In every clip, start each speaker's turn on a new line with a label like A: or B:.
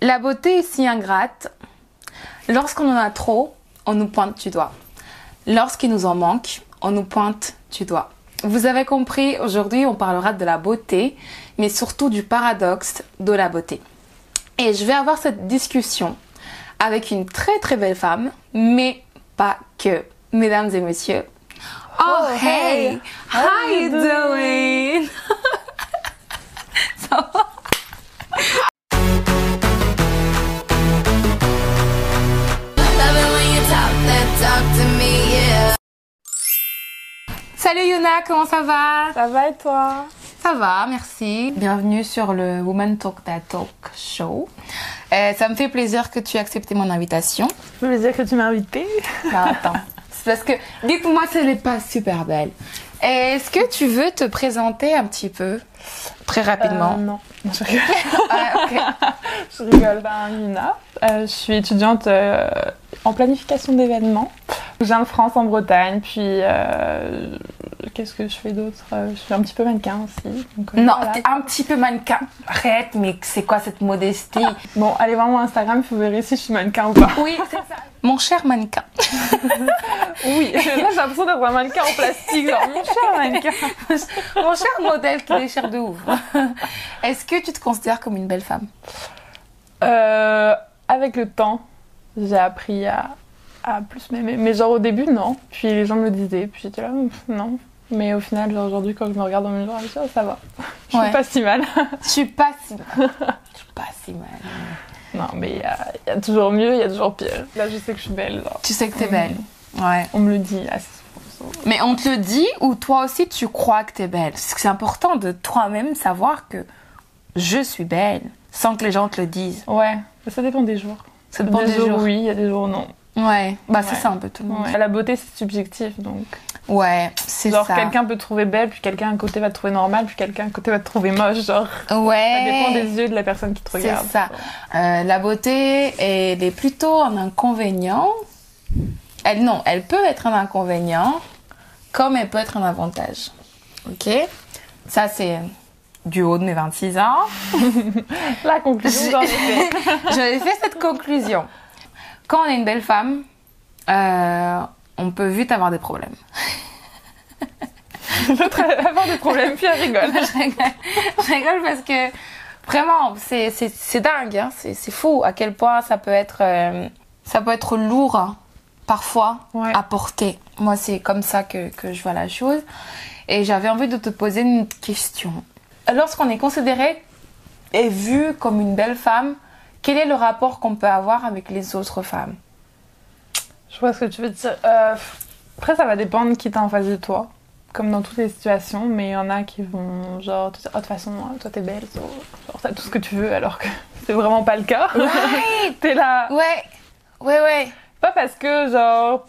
A: La beauté est si ingrate. Lorsqu'on en a trop, on nous pointe du doigt. Lorsqu'il nous en manque, on nous pointe du doigt. Vous avez compris, aujourd'hui on parlera de la beauté, mais surtout du paradoxe de la beauté. Et je vais avoir cette discussion avec une très très belle femme, mais pas que. Mesdames et messieurs. Oh, hey! How, you doing? Ça va? Salut Yona, comment ça va?
B: Ça va et toi
A: Ça va, merci. Bienvenue sur le Woman Talk That Talk Show. Euh, ça me fait plaisir que tu aies accepté mon invitation.
B: Je voulais dire que tu m'as invitée.
A: Non, Ah, attends. C'est parce que, dites-moi si elle n'est pas super belle. Est-ce que tu veux te présenter un petit peu, très rapidement
B: Euh, non, Non, je rigole.
A: Ah, ok.
B: Je rigole. Ben, Luna, euh, je suis étudiante euh, en planification d'événements. Je viens de France, en Bretagne, puis euh, qu'est-ce que je fais d'autre Euh, Je suis un petit peu mannequin aussi. donc, euh,
A: Non,
B: voilà.
A: t'es un petit peu mannequin. Arrête, mais c'est quoi cette modestie
B: Bon, allez voir mon Instagram, vous verrez si je suis mannequin ou pas.
A: Oui, c'est ça. Mon cher mannequin.
B: Oui, là j'ai l'impression d'être un mannequin en plastique, genre mon cher mannequin.
A: Mon cher modèle qui déchire de ouf. Est-ce que tu te considères comme une belle femme
B: Euh, avec le temps, j'ai appris à, à plus m'aimer. Mais genre au début, non. Puis les gens me le disaient. Puis j'étais là, Ouf, non. Mais au final, genre aujourd'hui, quand je me regarde dans le miroir, je me dis, Ah, ça va. Je
A: Ouais.
B: suis pas si mal.
A: Je suis pas si mal. Je suis pas si mal.
B: non, mais il y a, il y a toujours mieux, il y a toujours pire. Là, je sais que je suis belle. genre.
A: Tu sais que t'es belle. Ouais.
B: On me le dit assez souvent. so-
A: Mais on te le dit ou toi aussi tu crois que t'es belle Parce que c'est important de toi-même savoir que je suis belle sans que les gens te le disent.
B: Ouais, ça dépend des jours.
A: Ça dépend des, jours.
B: oui, il y a des jours non.
A: Ouais. Bah c'est
B: Ouais.
A: ça un peu tout le monde.
B: Ouais. La beauté, c'est subjectif donc.
A: Ouais, c'est
B: Genre,
A: ça.
B: quelqu'un peut te trouver belle, puis quelqu'un à côté va te trouver normal, puis quelqu'un à côté va te trouver moche. Genre, ça
A: Ouais.
B: dépend des yeux de la personne qui te
A: Eh. C'est
B: regarde.
A: ça. Euh, la beauté, elle est plutôt un inconvénient. Elle, non, elle peut être un inconvénient, comme elle peut être un avantage. Ok Ça, c'est du haut de mes 26 ans.
B: La conclusion,
A: J'ai-
B: j'en ai fait.
A: J'avais fait cette conclusion. Quand on est une belle femme, euh, on peut vite avoir des problèmes.
B: L'autre elle va avoir des problèmes, puis elle rigole.
A: je, rigole, Je rigole parce que vraiment, c'est- c'est c'est dingue, hein. c'est c'est fou à quel point ça peut être, euh, ça peut être lourd hein, parfois
B: Ouais.
A: à porter. Moi, c'est comme ça que, que je vois la chose. Et j'avais envie de te poser une question. Lorsqu'on est considéré et vu comme une belle femme, quel est le rapport qu'on peut avoir avec les autres femmes
B: Je vois ce que tu veux dire. Euh, pff, après, ça va dépendre qui t'as en face de toi. Comme dans toutes les situations, mais il y en a qui vont genre te dire Oh, de toute façon, toi t'es belle, so- genre t'as tout ce que tu veux, alors que c'est vraiment pas le cas. t'es là.
A: Ouais, ouais, ouais.
B: Pas parce que genre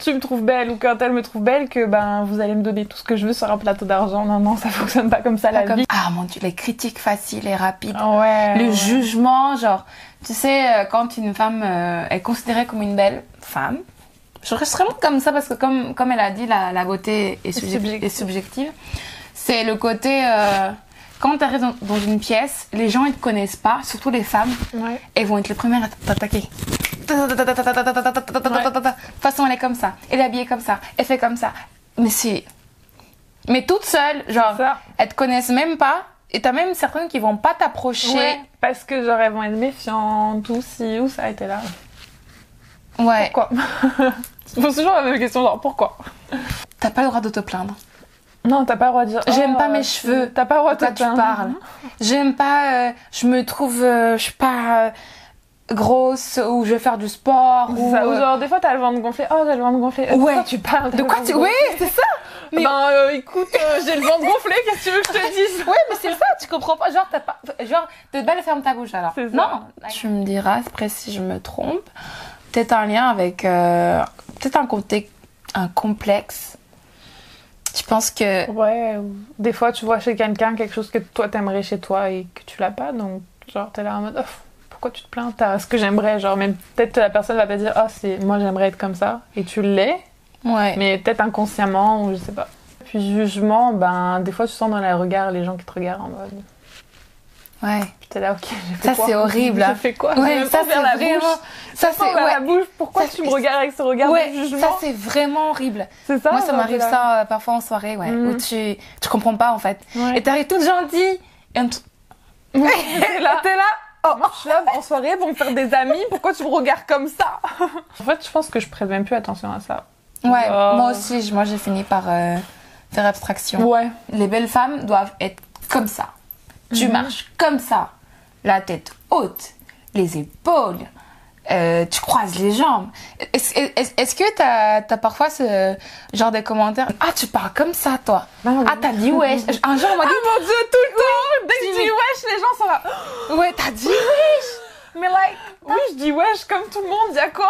B: tu me trouves belle ou qu'un tel me trouve belle que ben vous allez me donner tout ce que je veux sur un plateau d'argent. Non, non, ça fonctionne pas comme ça la
A: Pas comme-
B: vie.
A: Ah mon dieu, les critiques faciles et rapides.
B: Ouais.
A: le
B: ouais.
A: jugement, genre, tu sais, euh, quand une femme euh, est considérée comme une belle femme, je reste vraiment comme ça parce que comme, comme elle a dit, la, la beauté est, subjec-
B: subjective.
A: est subjective. C'est le côté, euh, quand tu arrives dans, dans une pièce, les gens ils te connaissent pas, surtout les femmes,
B: Ouais.
A: et vont être les premières à t'attaquer. De toute façon, elle est comme ça, elle est habillée comme ça, elle fait comme ça. Mais c'est... Mais toute seule, genre,
B: Ça.
A: elles te connaissent même pas, et t'as même certaines qui vont pas t'approcher.
B: Ouais, parce que genre elles vont être méfiantes ou si ou ça, et t'es là.
A: Ouais.
B: Pourquoi Je pose toujours la même question, genre pourquoi
A: T'as pas le droit de te plaindre.
B: Non, t'as pas le droit de dire.
A: J'aime
B: oh,
A: pas mes
B: euh,
A: cheveux.
B: T'as pas le droit de
A: Toi,
B: te
A: tu
B: plaindre.
A: parles. J'aime pas. euh, je me trouve, euh, je sais pas, euh, grosse ou je vais faire du sport
B: C'est
A: ou.
B: ça, Ou
A: euh,
B: genre, des fois t'as le ventre gonflé. Oh, j'ai le ventre gonflé. Euh,
A: Ouais.
B: De quoi tu parles
A: de quoi tu. Oui, c'est ça. mais-
B: mais... Ben euh, écoute, euh, j'ai le ventre gonflé, qu'est-ce que tu veux que je te dise
A: Ouais, mais c'est ça. Tu comprends pas. Genre, t'as pas. Genre, t'es belle, ferme ta bouche alors.
B: C'est ça.
A: Non. Tu me diras après si je me trompe. Peut-être un lien avec. euh, Peut-être un côté, un complexe. Je pense que.
B: Ouais, ou des fois tu vois chez quelqu'un quelque chose que toi t'aimerais chez toi et que tu l'as pas, donc genre t'es là en mode. Oh, pourquoi tu te plains T'as ce que j'aimerais, genre, même peut-être la personne va pas dire, oh, c'est moi j'aimerais être comme ça, et tu l'es,
A: Ouais.
B: mais peut-être inconsciemment ou je sais pas. Puis jugement, ben des fois tu sens dans les regards les gens qui te regardent en mode
A: Ouais.
B: Puis t'es là, ok, j'ai fait
A: Ça,
B: quoi
A: c'est horrible. hein.
B: J'ai fait quoi J'ai
A: Ouais,
B: même
A: ça
B: pas
A: c'est
B: ouvert la bouche.
A: vraiment. Ça
B: Pas
A: c'est
B: ouvert
A: ouais.
B: la bouche, pourquoi
A: Ça,
B: tu
A: c'est-
B: me regardes avec ce regard
A: Ouais,
B: de
A: ça
B: jugement
A: c'est vraiment horrible.
B: C'est ça
A: Moi, ça
B: genre,
A: m'arrive
B: t'es là.
A: ça euh, parfois en soirée, ouais,
B: Mm.
A: où tu, tu comprends pas en fait.
B: Ouais.
A: Et t'arrives toute gentille. Et un truc-
B: T'es là, t'es là. Oh, je suis là en soirée pour me faire des amis. Pourquoi tu me regardes comme ça En fait, je pense que je prête même plus attention à ça.
A: Ouais,
B: Oh.
A: moi aussi, je- moi j'ai fini par euh, faire abstraction.
B: Ouais.
A: Les belles femmes doivent être comme ça. Tu
B: Mhm.
A: marches comme ça, la tête haute, les épaules, euh, tu croises les jambes. Est-ce est-ce- est-ce que t'as as parfois ce genre de commentaires Ah, tu parles comme ça, toi.
B: Ah,
A: Ah, t'as dit wesh. Un jour, on m'a
B: Ah
A: dit
B: mon dieu, tout le temps Dès que
A: Oui,
B: je dis
A: oui.
B: wesh, les gens sont là.
A: Ouais, t'as dit.
B: Mais like, oui, je dis wesh comme tout le monde, y'a quoi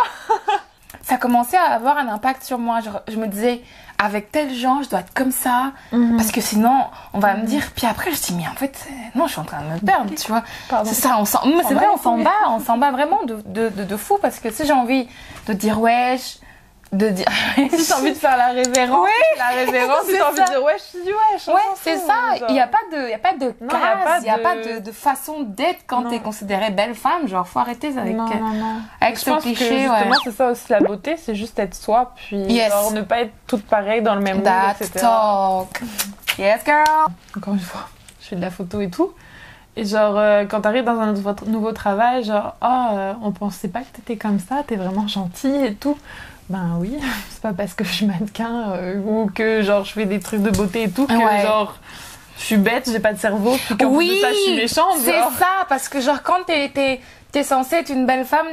A: Ça commençait à avoir un impact sur moi. Genre, je me disais, avec tel genre, je dois être comme ça.
B: Mhm.
A: Parce que sinon, on va me dire. Puis après, je dis, mais en fait, euh, non, je suis en train de me perdre, tu vois.
B: Pardon.
A: C'est ça, on s'en, mais c'est
B: bat
A: vrai, on
B: les
A: s'en
B: couilles.
A: bat, on s'en bat vraiment de, de, de, de fou parce que si j'ai envie de dire wesh, de dire.
B: Si t'as envie de faire la révérence, la révérence, si
A: C'est
B: t'as envie
A: ça.
B: de dire wesh, je dis wesh. on
A: Ouais,
B: s'en
A: c'est
B: fout,
A: ça,
B: genre.
A: il n'y a pas de, il y a pas de
B: Non, il y a pas
A: classe, il n'y a pas
B: de-
A: de, de façon d'être quand
B: Non.
A: t'es considérée belle femme, genre faut arrêter avec,
B: Non, non, non.
A: avec
B: Je
A: ce
B: pense que
A: cliché, ouais.
B: justement, c'est ça aussi la beauté, c'est juste être soi, puis
A: Yes.
B: genre, ne pas être toutes pareilles dans le même moule,
A: That
B: etc.
A: talk. Yes girl.
B: Encore une fois, je fais de la photo et tout. Et genre, euh, quand t'arrives dans un nouveau, nouveau travail, genre, ah, euh, on pensait pas que t'étais comme ça, t'es vraiment gentille et tout. Ben oui, c'est pas parce que je suis mannequin euh, ou que genre je fais des trucs de beauté et tout que
A: Ouais.
B: genre je suis bête, j'ai pas de cerveau, puis qu'en plus de ça je suis méchante.
A: c'est
B: genre.
A: ça, parce que genre quand t'es, t'es, t'es censée être une belle femme,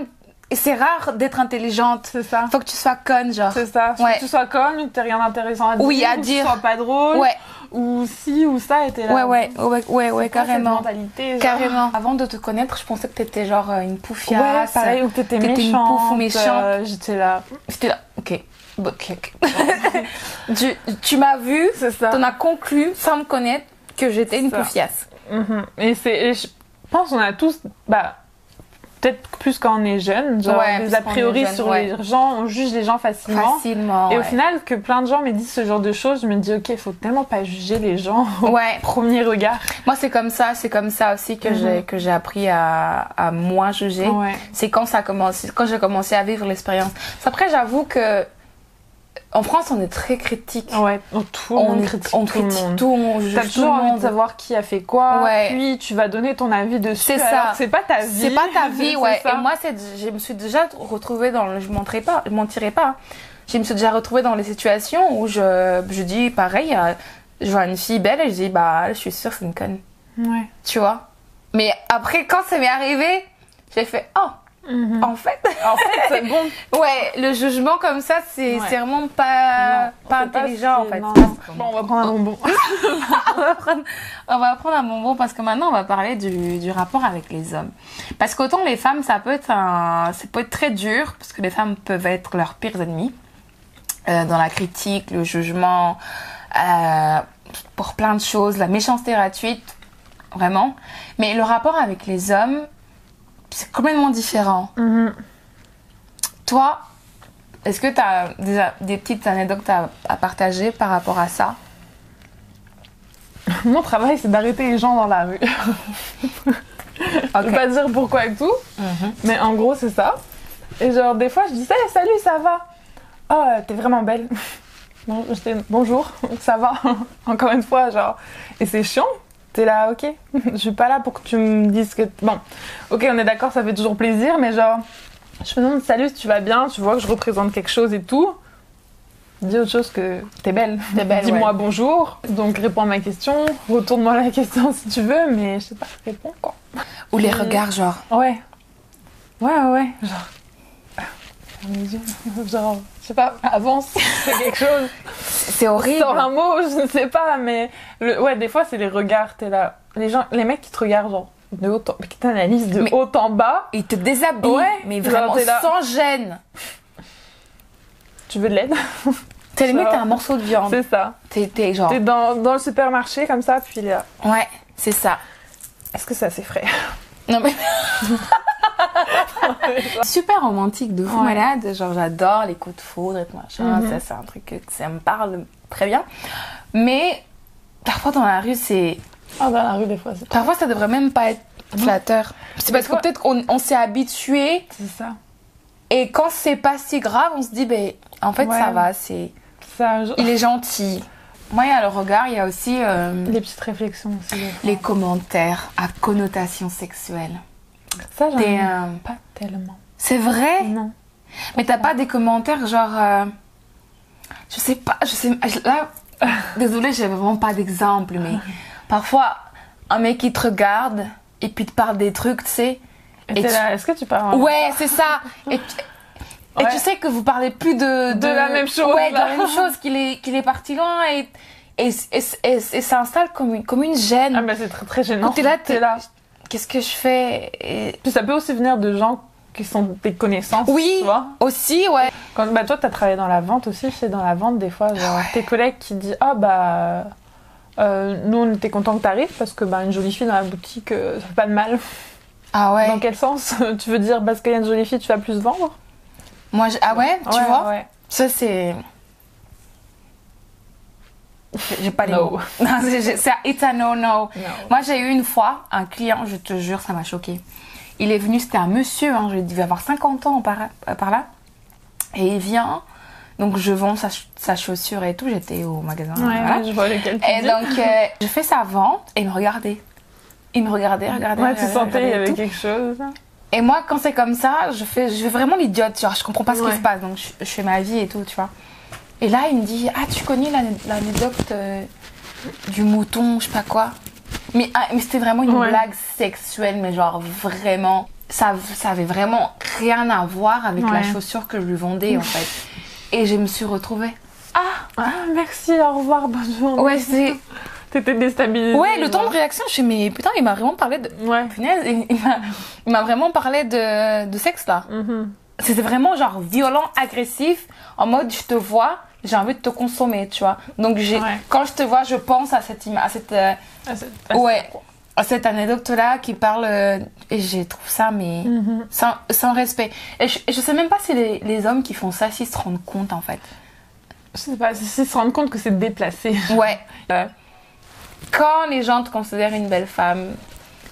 A: c'est rare d'être intelligente.
B: C'est ça.
A: Faut que tu sois conne, genre.
B: C'est ça. Soit
A: Ouais.
B: que tu sois conne ou que t'aies rien d'intéressant à dire.
A: Oui, à
B: ou que
A: dire.
B: tu sois pas drôle.
A: Ouais,
B: Ou si ou ça, et t'es là.
A: ouais, ouais, ouais, ouais, ouais,
B: C'est quoi cette
A: carrément.
B: mentalité, genre
A: Carrément. Avant de te connaître, je pensais que t'étais genre euh, une
B: Ouais,
A: poufiasse.
B: pareil, ou que t'étais
A: que t'es une
B: méchante.
A: pouffe méchante.
B: euh, J'étais là.
A: J'étais là, ok, bon, ok, ok. tu tu m'as vu,
B: C'est ça.
A: t'en as conclu, sans me connaître, que j'étais une
B: Ça.
A: poufiasse.
B: Mhm. Et c'est, et je pense qu'on a tous, bah, peut-être plus quand on est jeune, genre
A: Ouais,
B: des
A: plus
B: a
A: quand on est
B: priori
A: jeune,
B: sur
A: ouais.
B: les gens, on juge les gens facilement.
A: Facilement.
B: Et au
A: ouais.
B: final, que plein de gens me disent ce genre de choses, je me dis, ok, faut tellement pas juger les gens au
A: Ouais,
B: premier regard.
A: moi c'est comme ça, c'est comme ça aussi que j'ai que j'ai appris à, à moins juger.
B: Mm-hmm. Ouais.
A: C'est quand ça commence, quand j'ai commencé à vivre l'expérience. Après, j'avoue que en France, on est très critique.
B: Ouais, on, tout le monde
A: est-
B: critique,
A: on
B: tout le
A: critique
B: monde.
A: tout, on juge
B: T'as
A: tout le
B: toujours envie de
A: monde.
B: savoir qui a fait quoi,
A: Ouais.
B: puis tu vas donner ton avis dessus.
A: C'est
B: alors
A: ça.
B: que C'est pas ta vie.
A: C'est pas ta vie,
B: C'est
A: ouais.
B: ça.
A: Et moi, c'est, je me suis déjà retrouvée dans le. Je mentirais pas. Je mentirais pas. Je me suis déjà retrouvée dans les situations où je, je dis pareil. euh, Je vois une fille belle et je dis bah je suis sûre c'est une conne.
B: Ouais.
A: Tu vois. Mais après quand ça m'est arrivé, j'ai fait oh
B: Mhm.
A: en fait.
B: En fait, c'est bon,
A: Ouais, le jugement comme ça c'est,
B: Ouais.
A: c'est vraiment pas
B: Non,
A: pas
B: c'est pas
A: intelligent
B: ce
A: en fait.
B: qui- non.
A: C'est pas-
B: Bon, on va prendre un bonbon.
A: on va prendre, on va prendre un bonbon parce que maintenant on va parler du, du rapport avec les hommes. Parce qu'autant les femmes, ça peut être un, ça peut être très dur parce que les femmes peuvent être leurs pires ennemis euh, dans la critique, le jugement, euh, pour plein de choses, la méchanceté gratuite, vraiment. Mais le rapport avec les hommes, c'est complètement différent.
B: Mhm.
A: Toi, est-ce que tu as des, des petites anecdotes à- à partager par rapport à ça
B: Mon travail, c'est d'arrêter les gens dans la rue. Je
A: Ok.
B: vais pas dire pourquoi et tout,
A: Mm-hmm.
B: mais en gros, c'est ça. Et genre, des fois, je dis Hey, salut, ça va Oh, euh, t'es vraiment belle. Bon, j'étais, Bonjour, ça va Encore une fois, genre. Et c'est chiant. T'es là, ok. je suis pas là pour que tu me dises que. Bon, ok, on est d'accord, ça fait toujours plaisir, mais genre, je fais non, salut, tu vas bien, tu vois que je représente quelque chose et tout. Dis autre chose que t'es belle.
A: T'es belle,
B: Dis-moi bonjour. Donc, réponds à ma question. Retourne-moi la question si tu veux, mais je sais pas, réponds quoi.
A: Ou les
B: Mm.
A: regards, genre.
B: Ouais. Ouais, ouais, ouais. Genre. Ferme les yeux. Genre, je sais pas, avance, fais quelque chose.
A: C'est horrible.
B: Sors un mot, je ne sais pas, mais. le- Ouais, des fois, c'est les regards, t'es là. Les, gens, les mecs qui te regardent, genre, de haut en... qui t'analysent de
A: Mais-
B: haut en bas,
A: Il te déshabille,
B: Ouais,
A: mais
B: genre,
A: vraiment
B: t'es là.
A: sans gêne.
B: tu veux de l'aide
A: T'es limite
B: Genre.
A: t'as un morceau de viande.
B: C'est ça.
A: T'es t'es genre.
B: T'es dans, dans le supermarché comme ça, puis là.
A: Ouais, c'est ça.
B: Est-ce que c'est assez frais
A: Non mais. Super romantique de fou
B: Ouais.
A: malade. Genre j'adore les coups de foudre et tout machin.
B: Mhm.
A: Ça c'est un truc que ça me parle très bien. Mais parfois dans la rue c'est.
B: Ah, dans la rue, des fois, c'est.
A: Parfois ça devrait même pas être flatteur. C'est parce que
B: fois-
A: peut-être qu'on on s'est habitué
B: C'est ça.
A: et quand c'est pas si grave, on se dit, ben, en fait,
B: Ouais.
A: ça va, c'est.
B: ça je-
A: Il est gentil. Moi, il y a le regard, il y a aussi euh,
B: Les petites réflexions aussi. des fois.
A: les commentaires à connotation sexuelle.
B: Ça, j'en
A: T'es,
B: ai
A: euh,
B: pas tellement.
A: C'est vrai,
B: Non.
A: mais t'as pas des commentaires genre. euh, Je sais pas, je sais. je- Là, désolée, j'ai vraiment pas d'exemple, mais parfois, un mec qui te regarde et puis te parle des trucs, tu sais.
B: Et
A: Et
B: t'es
A: tu-
B: là, est-ce que tu parles en-
A: Ouais, c'est ça. Et, tu- et
B: Ah. Ouais.
A: tu sais que vous parlez plus de,
B: De la même chose,
A: Ouais, de la
B: là.
A: même chose, qu'il est, qu'il est parti loin et, et, et, et- et ça installe comme une, comme une gêne.
B: Ah, bah c'est très, très gênant.
A: Quand t'es là,
B: t'es
A: t'es-
B: là.
A: Qu'est-ce que je fais Et-
B: Puis ça peut aussi venir de gens qui sont des connaissances.
A: Oui,
B: Tu vois
A: aussi, ouais.
B: Quand, bah, toi, t'as travaillé dans la vente aussi. C'est dans la vente, des fois, genre,
A: Ouais.
B: tes collègues qui disent Ah, bah. euh, nous, on était contents que t'arrives parce que bah, une jolie fille dans la boutique, euh, ça fait pas de mal.
A: Ah ouais.
B: Dans quel sens Tu veux dire parce qu'il y a une jolie fille, tu vas plus vendre
A: Moi, je- ah ouais, tu
B: Ouais,
A: vois
B: ouais.
A: Ça, c'est. J'ai- J'ai pas les
B: No.
A: mots. Non, c'est- c'est- c'est- it's a no, no.
B: Non.
A: Moi, j'ai eu une fois un client, je te jure, ça m'a choqué. Il est venu, c'était un monsieur, hein, je devais avoir 50 ans par, euh, par là. Et il vient, donc je vends sa, ch- sa chaussure et tout, j'étais au magasin.
B: Ouais,
A: voilà.
B: ouais, je vois lequel tu
A: Et
B: dis.
A: donc, euh, je fais sa vente et il me regardait. Il me regardait, regardait.
B: Ouais, tu
A: regardait,
B: sentais euh, il y
A: regardait et
B: avait
A: tout.
B: quelque chose.
A: Et moi, quand c'est comme ça, je fais, je fais vraiment l'idiote, genre, je comprends pas ce
B: Ouais.
A: qui se passe, donc je, je fais ma vie et tout, tu vois. Et là, il me dit, ah, tu connais l'ane- l'anecdote euh, du mouton, je sais pas quoi. Mais, ah, mais c'était vraiment une
B: Ouais.
A: blague sexuelle, mais genre vraiment, ça, ça avait vraiment rien à voir avec la
B: Ouais.
A: chaussure que je lui vendais, en fait. Et je me suis retrouvée.
B: Ah, merci, au revoir, bonne journée.
A: Ouais, c'est,
B: T'étais déstabilisée.
A: ouais, le temps
B: genre.
A: de réaction, je suis, mais putain, il m'a vraiment parlé de,
B: Ouais.
A: punaise, il, il m'a- il m'a vraiment parlé de, de sexe, là.
B: Mhm.
A: C'était vraiment genre violent, agressif, en mode je te vois, j'ai envie de te consommer, tu vois. Donc j'ai,
B: Ouais.
A: quand je te vois, je pense à cette ima- à cette euh,
B: Ah, c'est- ah,
A: ouais, à cette anecdote là qui parle euh, et je trouve ça mais
B: c'est- Mhm.
A: sans, sans respect. Et je, et je sais même pas si les, les hommes qui font ça s'ils se rendent compte en fait.
B: Je sais pas, s'ils se rendent compte que c'est déplacé.
A: Ouais. Euh, quand les gens te considèrent une belle femme,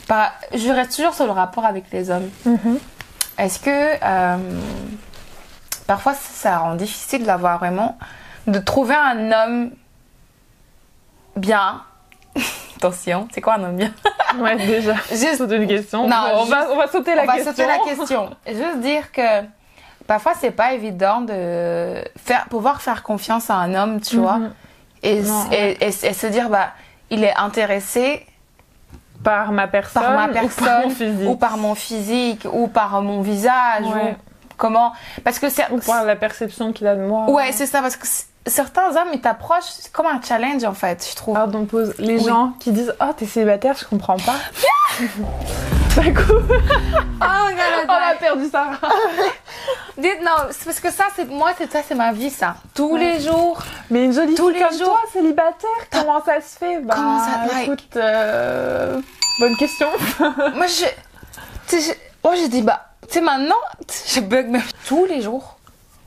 A: pas, je reste toujours sur le rapport avec les hommes. Est-ce que euh, parfois ça rend difficile d'avoir vraiment de trouver un homme bien Attention, c'est quoi un homme bien
B: Ouais, déjà.
A: Juste,
B: Sauter une question.
A: Non,
B: Bon, on,
A: juste-
B: va, on va sauter la
A: on va
B: question.
A: sauter la question. Juste dire que parfois c'est pas évident de faire pouvoir faire confiance à un homme, tu vois,
B: Mhm.
A: et,
B: Non,
A: et, et, et se dire bah il est intéressé
B: Par ma personne.
A: par ma
B: Ou par mon
A: personne
B: physique.
A: ou par mon physique ou par mon visage
B: Ouais.
A: ou comment parce que c'est
B: Ou par la perception qu'il a de moi.
A: Ouais, c'est ça, parce que c- certains hommes, ils t'approchent c'est comme un challenge, en fait, je trouve.
B: Pardon, pose. Les
A: Oui.
B: gens qui disent Oh, t'es célibataire, je comprends pas. D'un coup,
A: Oh,
B: on a perdu Sarah.
A: Dites, non, c'est parce que ça, c'est moi, c'est ça, c'est ma vie, ça. Tous
B: Ouais.
A: les jours.
B: Mais une jolie
A: Tous
B: fille
A: les
B: comme
A: jours.
B: toi, célibataire, comment ça se fait Bah,
A: Comment ça- ouais.
B: écoute, euh, bonne question.
A: Moi, je. Tu sais, je- moi, j'ai dit, bah, tu sais, maintenant, tu sais, je bug même. Tous les jours,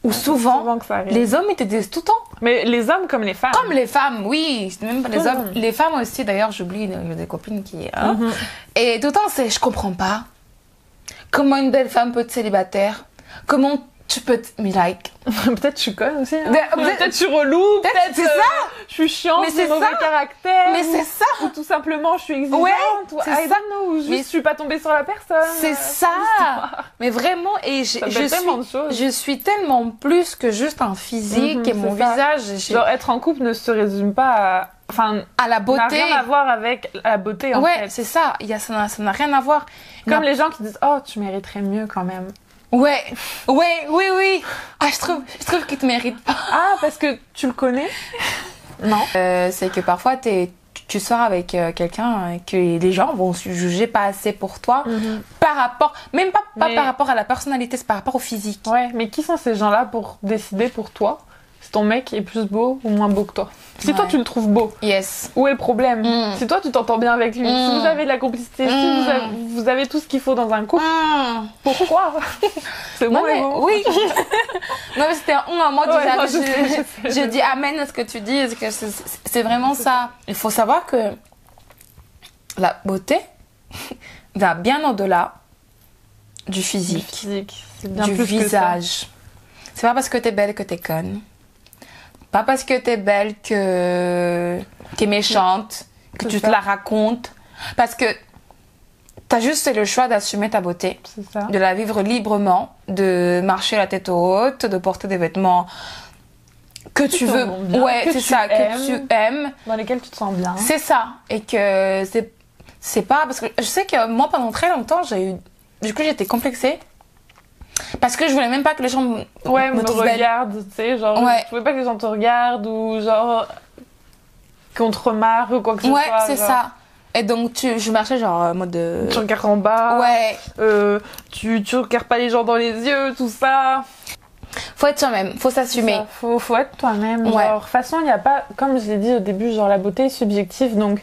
A: ou souvent, Ah
B: Souvent que ça arrive.
A: les hommes, ils te disent tout le temps.
B: Mais les hommes comme les femmes.
A: Comme les femmes, oui, c'est même pas les
B: Ouais.
A: hommes. Les femmes aussi, d'ailleurs, j'oublie, il y a des copines qui. hein.
B: Mhm.
A: Et tout le temps, c'est je comprends pas. Comment une belle femme peut être célibataire Comment tu peux. T... Mais like.
B: peut-être je suis conne aussi. hein.
A: Mais-
B: Peut-être je suis relou.
A: Peut-être
B: Peut-être
A: c'est
B: euh, je suis chiante,
A: Mais
B: j'ai
A: c'est
B: mauvais
A: ça.
B: caractère.
A: Mais
B: ou-
A: c'est ça
B: Ou tout simplement je suis exigeante.
A: Ouais,
B: ou
A: c'est
B: I
A: ça.
B: don't know, ou juste
A: Mais-
B: je suis pas tombée sur la personne.
A: C'est
B: euh,
A: ça Mais vraiment, et je,
B: Ça peut
A: je
B: être tellement de
A: suis,
B: choses.
A: je suis tellement plus que juste un physique
B: Mhm,
A: et mon
B: c'est ça.
A: visage j'ai-
B: Genre être en couple ne se résume pas à. Enfin,
A: à la
B: n'a
A: beauté.
B: rien à voir avec la beauté en
A: ouais,
B: fait.
A: c'est ça. Il y a, ça n'a- ça n'a rien à voir.
B: Comme
A: Non.
B: les gens qui disent Oh, tu mériterais mieux quand même.
A: Ouais, ouais, oui, oui. Ah, je trouve, je trouve qu'il te mérite pas.
B: Ah, parce que tu le connais Non.
A: Euh, c'est que parfois, t'es- tu- tu sors avec euh, quelqu'un et que les gens vont se juger pas assez pour toi par rapport, même pas, pas
B: Mais-
A: par rapport à la personnalité, c'est par rapport au physique.
B: Ouais, mais qui sont ces gens-là pour décider pour toi si ton mec est plus beau ou moins beau que toi Si toi
A: Ouais.
B: tu le trouves beau,
A: Yes.
B: où est le problème
A: Mm.
B: Si toi tu t'entends bien avec lui, si
A: Mm.
B: vous avez de la complicité, si
A: Mm.
B: vous avez, vous avez tout ce qu'il faut dans un couple,
A: Mmh.
B: pourquoi C'est
A: Non,
B: bon
A: mais,
B: et bon.
A: oui. non, mais c'était un en mode
B: Ouais,
A: j'avais-
B: non, je sais,
A: je,
B: je sais.
A: je dis amen à ce que tu dis. est-ce que c'est- C'est c'est vraiment ça. Il faut savoir que la beauté, va bien au-delà du
B: Du
A: physique,
B: physique. C'est
A: du,
B: bien plus que ça.
A: visage. C'est pas parce que t'es belle que t'es conne. Pas parce que t'es belle que t'es méchante, que
B: C'est
A: tu te
B: ça.
A: la racontes. Parce que t'as juste fait le choix d'assumer ta beauté
B: C'est ça.
A: de la vivre librement, de marcher la tête haute, de porter des vêtements que tu
B: te
A: veux,
B: vont bien,
A: ouais,
B: que
A: c'est
B: tu
A: ça, que
B: aimes. Hein?
A: tu aimes,
B: Dans lesquels tu te sens bien.
A: c'est ça, et que c'est c'est pas parce que je sais que moi pendant très longtemps j'ai eu, du coup j'étais complexée parce que je voulais même pas que les gens me,
B: Ouais,
A: me
B: me
A: trouvent belle.
B: regarde, tu sais, genre,
A: Ouais.
B: je pouvais pas que les gens te regardent ou genre qu'on te remarque ou quoi que ce
A: Ouais,
B: soit.
A: c'est
B: genre.
A: ça. Et donc tu, je marchais genre en mode de...
B: Tu regardes en bas,
A: ouais,
B: euh, tu, tu regardes pas les gens dans les yeux, tout ça.
A: faut être soi-même, faut s'assumer.
B: Ça, faut, faut être toi-même.
A: Ouais.
B: Genre, de toute façon, il n'y a pas, comme je l'ai dit au début, genre la beauté est subjective, donc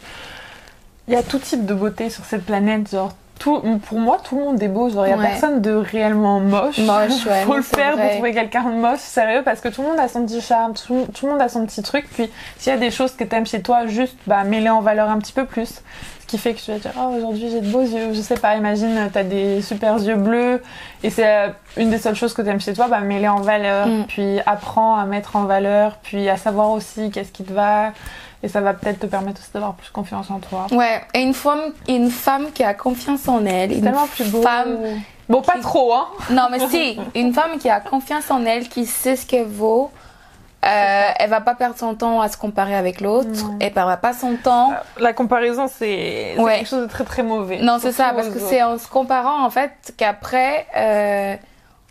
B: il y a tout type de beauté sur cette planète. Genre, tout, pour moi, tout le monde est beau. Genre, il n'y a
A: Ouais.
B: personne de réellement moche.
A: Moche, ouais,
B: Faut
A: non,
B: le
A: c'est
B: faire
A: vrai.
B: pour trouver quelqu'un de moche, sérieux, parce que tout le monde a son petit charme, tout, tout le monde a son petit truc. Puis, s'il y a des choses que t'aimes chez toi, juste bah, mets-les en valeur un petit peu plus. Ce qui fait que tu vas dire, oh, aujourd'hui j'ai de beaux yeux, je sais pas, imagine, t'as des super yeux bleus, et c'est euh, une des seules choses que t'aimes chez toi, bah mets-les en valeur,
A: Mm.
B: puis apprends à mettre en valeur, puis à savoir aussi qu'est-ce qui te va, et ça va peut-être te permettre aussi d'avoir plus confiance en toi.
A: Ouais, et une femme, une femme qui a confiance en elle,
B: C'est
A: une
B: tellement plus beau.
A: femme
B: Bon, pas trop, hein.
A: Non, mais si, une femme qui a confiance en elle, qui sait ce qu'elle vaut, euh, elle va pas perdre son temps à se comparer avec l'autre,
B: Non.
A: elle perdra pas son temps.
B: La comparaison, c'est c'est
A: Ouais.
B: quelque chose de très très mauvais.
A: non, c'est ça,
B: Surtout
A: parce
B: aux
A: que
B: autres.
A: c'est en se comparant en fait qu'après euh,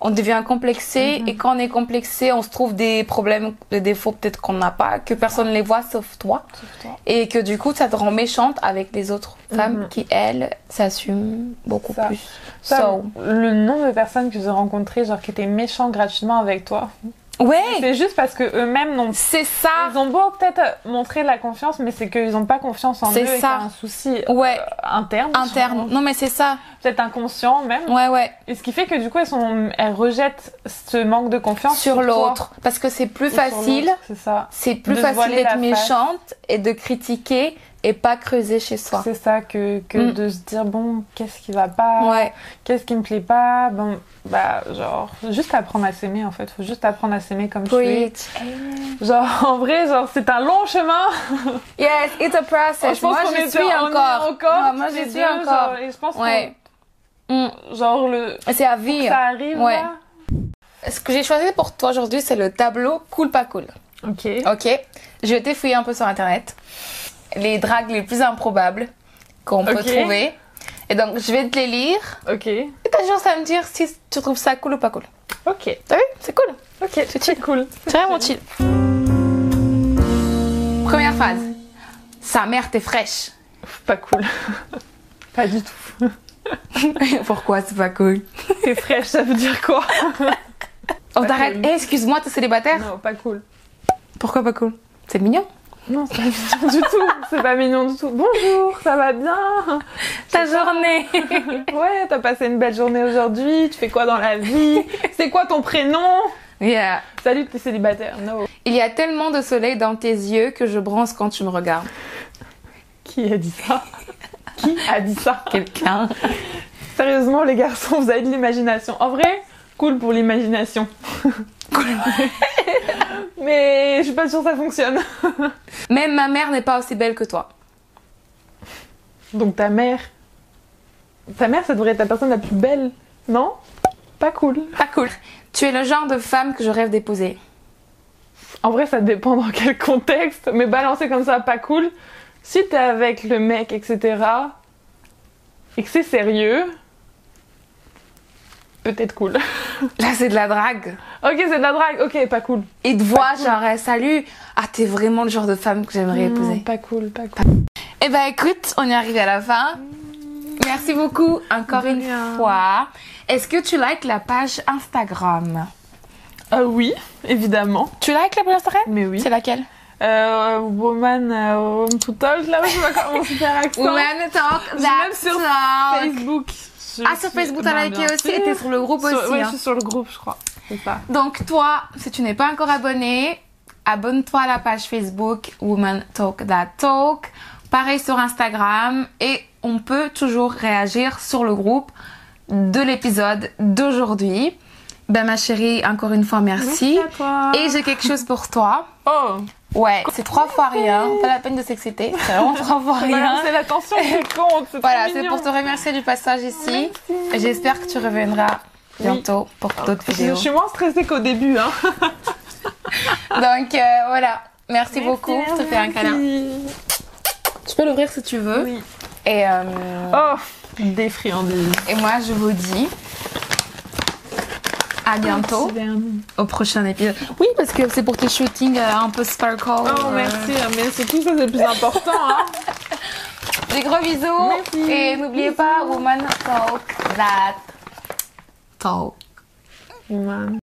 A: on devient complexé
B: Mhm.
A: et quand on est complexé, on se trouve des problèmes, des défauts peut-être qu'on n'a pas, que personne les voit sauf toi
B: Sauf toi.
A: et que du coup ça te rend méchante avec les autres femmes
B: Mhm.
A: qui elles s'assument beaucoup
B: Ça.
A: plus.
B: Ça,
A: So.
B: Le nombre de personnes que j'ai rencontrées, genre qui étaient méchants gratuitement avec toi,
A: Ouais,
B: c'est juste parce que eux-mêmes n'ont
A: c'est ça.
B: Ils ont beau peut-être montrer de la confiance, mais c'est qu'ils n'ont pas confiance en eux
A: C'est
B: et qu'il y
A: ça.
B: a un souci euh,
A: Ouais,
B: interne.
A: interne.
B: sûrement.
A: Non mais c'est ça.
B: Peut-être inconscient même.
A: Ouais ouais.
B: Et ce qui fait que du coup, elles, sont, elles rejettent ce manque de confiance
A: sur
B: toi
A: l'autre parce que c'est
B: ou
A: plus
B: sur
A: facile
B: l'autre, C'est ça.
A: c'est plus
B: De se
A: facile
B: voiler
A: d'être
B: la face.
A: méchante et de critiquer et pas creuser chez soi
B: C'est ça que, que
A: Mm.
B: de se dire bon, qu'est-ce qui va pas
A: ouais
B: Qu'est-ce qui me plaît pas Bon, bah, genre, faut juste apprendre à s'aimer en fait. Faut juste apprendre à s'aimer comme
A: preach
B: tu es. Genre, en vrai, genre, c'est un long chemin.
A: yes it's a process
B: je pense
A: moi
B: qu'on
A: je
B: est
A: suis
B: on est
A: encore,
B: encore
A: Ouais, moi
B: tous
A: je
B: les
A: suis
B: deux,
A: encore
B: genre, et je pense
A: ouais Mm.
B: que genre le
A: c'est à
B: que
A: vie
B: ça arrive
A: Ouais.
B: là.
A: ce que j'ai choisi pour toi aujourd'hui c'est le tableau cool pas cool
B: Ok.
A: ok je t'ai fouillé un peu sur internet les dragues les plus improbables qu'on peut
B: Ok.
A: trouver et donc je vais te les lire
B: Ok.
A: et t'as juste à me dire si tu trouves ça cool ou pas cool
B: Ok.
A: t'as vu c'est cool
B: Ok. C'est cool.
A: C'est vraiment chill. Première phrase. Sa mère, t'es fraîche.
B: Pas cool. pas du tout.
A: Pourquoi c'est pas cool
B: T'es fraîche, ça veut dire quoi
A: On
B: Pas
A: t'arrête.
B: cool.
A: Eh, excuse-moi, t'es célibataire
B: Non, pas cool.
A: Pourquoi pas cool C'est mignon.
B: Non, c'est pas mignon du tout. C'est pas mignon du tout. Bonjour, ça va bien
A: Ta journée.
B: Ouais, t'as passé une belle journée aujourd'hui. Tu fais quoi dans la vie C'est quoi ton prénom
A: yeah.
B: Salut, t'es célibataire. No.
A: Il y a tellement de soleil dans tes yeux que je bronze quand tu me regardes.
B: Qui a dit ça Qui a dit ça
A: Quelqu'un.
B: Sérieusement, les garçons, vous avez de l'imagination. En vrai, cool pour l'imagination. Mais je suis pas sûre que ça fonctionne.
A: Même ma mère n'est pas aussi belle que toi.
B: Donc ta mère. Ta mère, ça devrait être la personne la plus belle, non Pas cool.
A: Pas cool. Tu es le genre de femme que je rêve d'épouser.
B: En vrai, ça dépend dans quel contexte, mais balancer comme ça, pas cool. Si t'es avec le mec, etc., et que c'est sérieux, peut-être cool.
A: Là, c'est de la drague.
B: Ok, c'est de la drague, ok, pas cool.
A: Il te voit, genre, eh, salut. Ah, t'es vraiment le genre de femme que j'aimerais
B: Non,
A: épouser.
B: Pas cool, pas cool.
A: Eh ben écoute, on est arrivé à la fin. Merci beaucoup encore
B: De
A: une
B: rien.
A: fois. Est-ce que tu likes la page Instagram
B: Ah oui, évidemment,
A: Tu likes la page Instagram
B: mais oui.
A: C'est laquelle
B: Euh, woman, euh, woman to talk, là, je sais pas comment se faire accent.
A: Women Talk
B: J'ai
A: That
B: même sur
A: Talk.
B: Facebook.
A: Ah, sur Facebook, t'as liké aussi et t'es sur le groupe aussi.
B: Ouais, je
A: hein.
B: suis sur le groupe, je crois. C'est ça.
A: Donc toi, si tu n'es pas encore abonné, abonne-toi à la page Facebook Women Talk That Talk. Pareil sur Instagram. Et on peut toujours réagir sur le groupe de l'épisode d'aujourd'hui. Ben ma chérie, encore une fois merci.
B: à toi.
A: Et j'ai quelque chose pour toi.
B: Oh,
A: Ouais, c'est trois fois rien. Pas la peine de s'exciter. C'est vraiment trois fois rien.
B: c'est l'attention qui compte. c'est
A: Voilà,
B: trop
A: c'est
B: mignon.
A: pour te remercier du passage ici. Et J'espère que tu reviendras bientôt pour d'autres
B: Je, je
A: vidéos.
B: suis moins stressée qu'au début. Hein.
A: Donc euh, voilà, merci, beaucoup. Je te fais un câlin. Tu peux l'ouvrir si tu veux.
B: Oui.
A: Et, euh,
B: Oh, des friandises.
A: et moi, je vous dis à bientôt au prochain épisode. Oui, parce que c'est pour tes shootings euh, un peu sparkle.
B: Oh,
A: euh,
B: merci. Mais surtout, ça, c'est le plus important. Hein.
A: Des gros bisous.
B: Merci.
A: Et n'oubliez pas, woman talk that talk.
B: Humain.